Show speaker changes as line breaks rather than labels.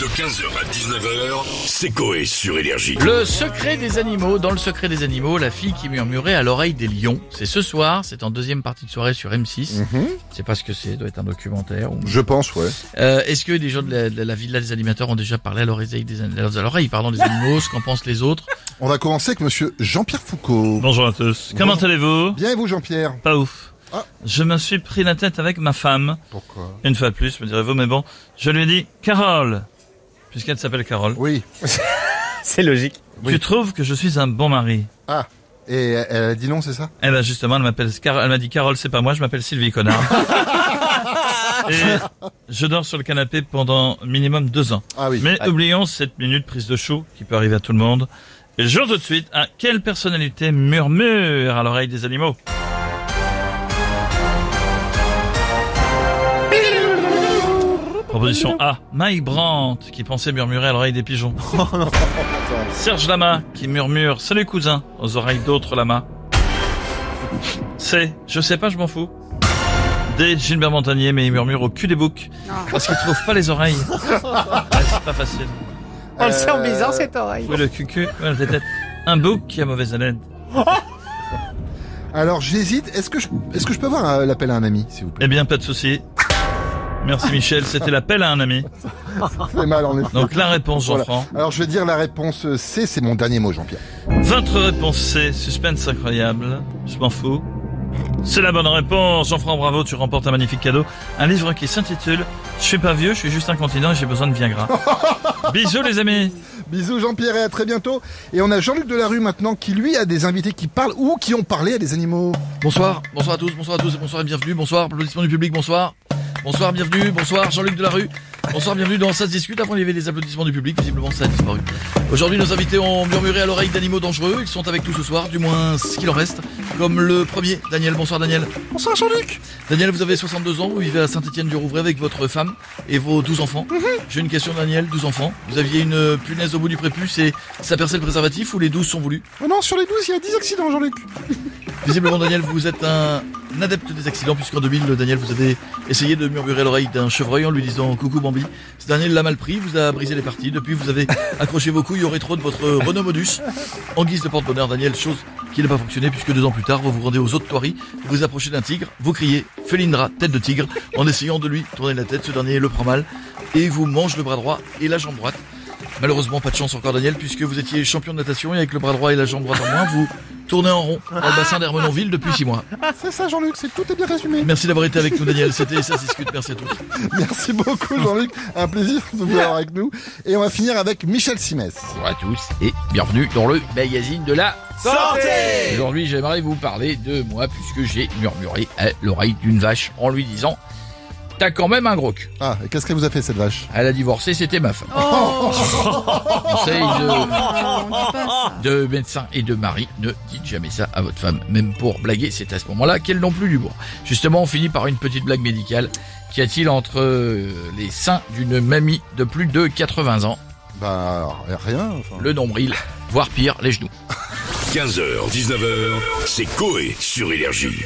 De 15h à 19h, c'est Coé sur Énergie.
Le secret des animaux, dans le secret des animaux, la fille qui murmurait à l'oreille des lions. C'est ce soir, c'est en deuxième partie de soirée sur M6. C'est pas ce que c'est, doit être un documentaire. ou-
Je pense, ouais.
Euh, Est-ce que des gens de la, de la villa des animateurs ont déjà parlé à l'oreille des, à l'oreille, pardon, des animaux, ce qu'en pensent les autres
On va commencer avec monsieur Jean-Pierre Foucault.
Bonjour à tous. Comment
Bonjour.
allez-vous
Bien et vous, Jean-Pierre
Pas ouf.
Ah.
Je me suis pris la tête avec ma femme,
Pourquoi
une fois de plus, me direz-vous, mais bon, je lui ai dit, Carole, puisqu'elle s'appelle Carole,
Oui.
C'est logique.
tu trouves que je suis un bon mari
Ah. Et elle a dit non, c'est ça
Eh ben justement, elle m'appelle, Car- elle m'a dit, Carole, c'est pas moi, je m'appelle Sylvie Connard. Et je dors sur le canapé pendant minimum deux ans.
Ah oui.
Mais oublions cette minute prise de chou qui peut arriver à tout le monde. Et joue tout de suite à quelle personnalité murmure à l'oreille des animaux Proposition A. Mike Brandt qui pensait murmurer à l'oreille des pigeons.
Oh
Serge Lama qui murmure Salut cousin aux oreilles d'autres lamas. C. Je sais pas, je m'en fous. D. Gilbert Montagnier mais il murmure au cul des boucs parce qu'il trouve pas les oreilles. Ouais, c'est pas facile.
On le sent
Euh,
bizarre cette oreille.
Oui, le cucu, ouais, peut-être un bouc qui a mauvaise haleine.
Alors j'hésite. Est-ce que je, est-ce que je peux avoir euh, l'appel à un ami, s'il vous plaît
Eh bien, pas de souci. Merci Michel, c'était l'appel à un ami.
Ça fait mal en effet.
Donc la réponse, Jean-Franc.
Alors je vais dire la réponse euh, C. C'est mon dernier mot, Jean-Pierre.
Votre réponse c'est suspense incroyable, je m'en fous. C'est la bonne réponse, Jean-Franc Bravo, tu remportes un magnifique cadeau. Un livre qui s'intitule Je suis pas vieux, je suis juste incontinent et j'ai besoin de Viagra. Bisous les amis
Bisous, Jean-Pierre, et à très bientôt. Et on a Jean-Luc Delarue maintenant, qui lui a des invités qui parlent ou qui ont parlé à des animaux.
Bonsoir, bonsoir à tous, bonsoir à tous, et bonsoir et bienvenue, bonsoir, applaudissements du public, bonsoir. Bonsoir, bienvenue, bonsoir Jean-Luc Delarue. Bonsoir, bienvenue dans Ça se discute. Avant, il y avait les applaudissements du public, visiblement ça a disparu. Aujourd'hui, nos invités ont murmuré à l'oreille d'animaux dangereux. Ils sont avec nous ce soir, du moins ce qu'il en reste. Comme le premier, Daniel. Bonsoir Daniel. Bonsoir Jean-Luc. Daniel, vous avez 62 ans, vous vivez à Saint-Étienne-du-Rouvray avec votre femme et vos 12 enfants. J'ai une question Daniel, 12 enfants. Vous aviez une punaise au bout du prépuce et ça perçait le préservatif ou les 12 sont voulus
Oh non, sur les 12, il y a 10 accidents, Jean-Luc.
Visiblement, Daniel, vous êtes un adepte des accidents, puisqu'en 2000, le Daniel, vous avez essayé de murmurer à l'oreille d'un chevreuil en lui disant coucou Bambi. Ce dernier l'a mal pris, vous a brisé les parties. Depuis, vous avez accroché vos couilles au rétro de votre Renault Modus. En guise de porte-bonheur, Daniel, chose qui n'a pas fonctionné, puisque deux ans plus tard, vous vous rendez aux autres toiries, vous vous approchez d'un tigre, vous criez Felindra, tête de tigre, en essayant de lui tourner la tête. Ce dernier le prend mal et vous mange le bras droit et la jambe droite. Malheureusement, pas de chance encore, Daniel, puisque vous étiez champion de natation et avec le bras droit et la jambe droite en moins, vous tournez en rond dans le bassin d'Hermenonville depuis six mois.
C'est ça, Jean-Luc. C'est tout est bien résumé.
Merci d'avoir été avec nous, Daniel. C'était Ça se discute. Merci à tous.
Merci beaucoup, Jean-Luc. Un plaisir de vous avoir avec nous. Et on va finir avec Michel Simès.
Bonjour à tous et bienvenue dans le magazine de la santé. Aujourd'hui, j'aimerais vous parler de moi puisque j'ai murmuré à l'oreille d'une vache en lui disant T'as quand même un gros cul.
Ah, et qu'est-ce qu'elle vous a fait cette vache
Elle a divorcé, c'était ma
Oh,
femme. Conseil de, de médecin et de mari, ne dites jamais ça à votre femme. Même pour blaguer, c'est à ce moment-là qu'elle n'ont plus d'humour. Justement, on finit par une petite blague médicale. Qu'y a-t-il entre euh, les seins d'une mamie de plus de 80 ans,
Bah rien. Enfin.
le nombril, voire pire, les genoux
15h, 19h, c'est Coé sur Énergie.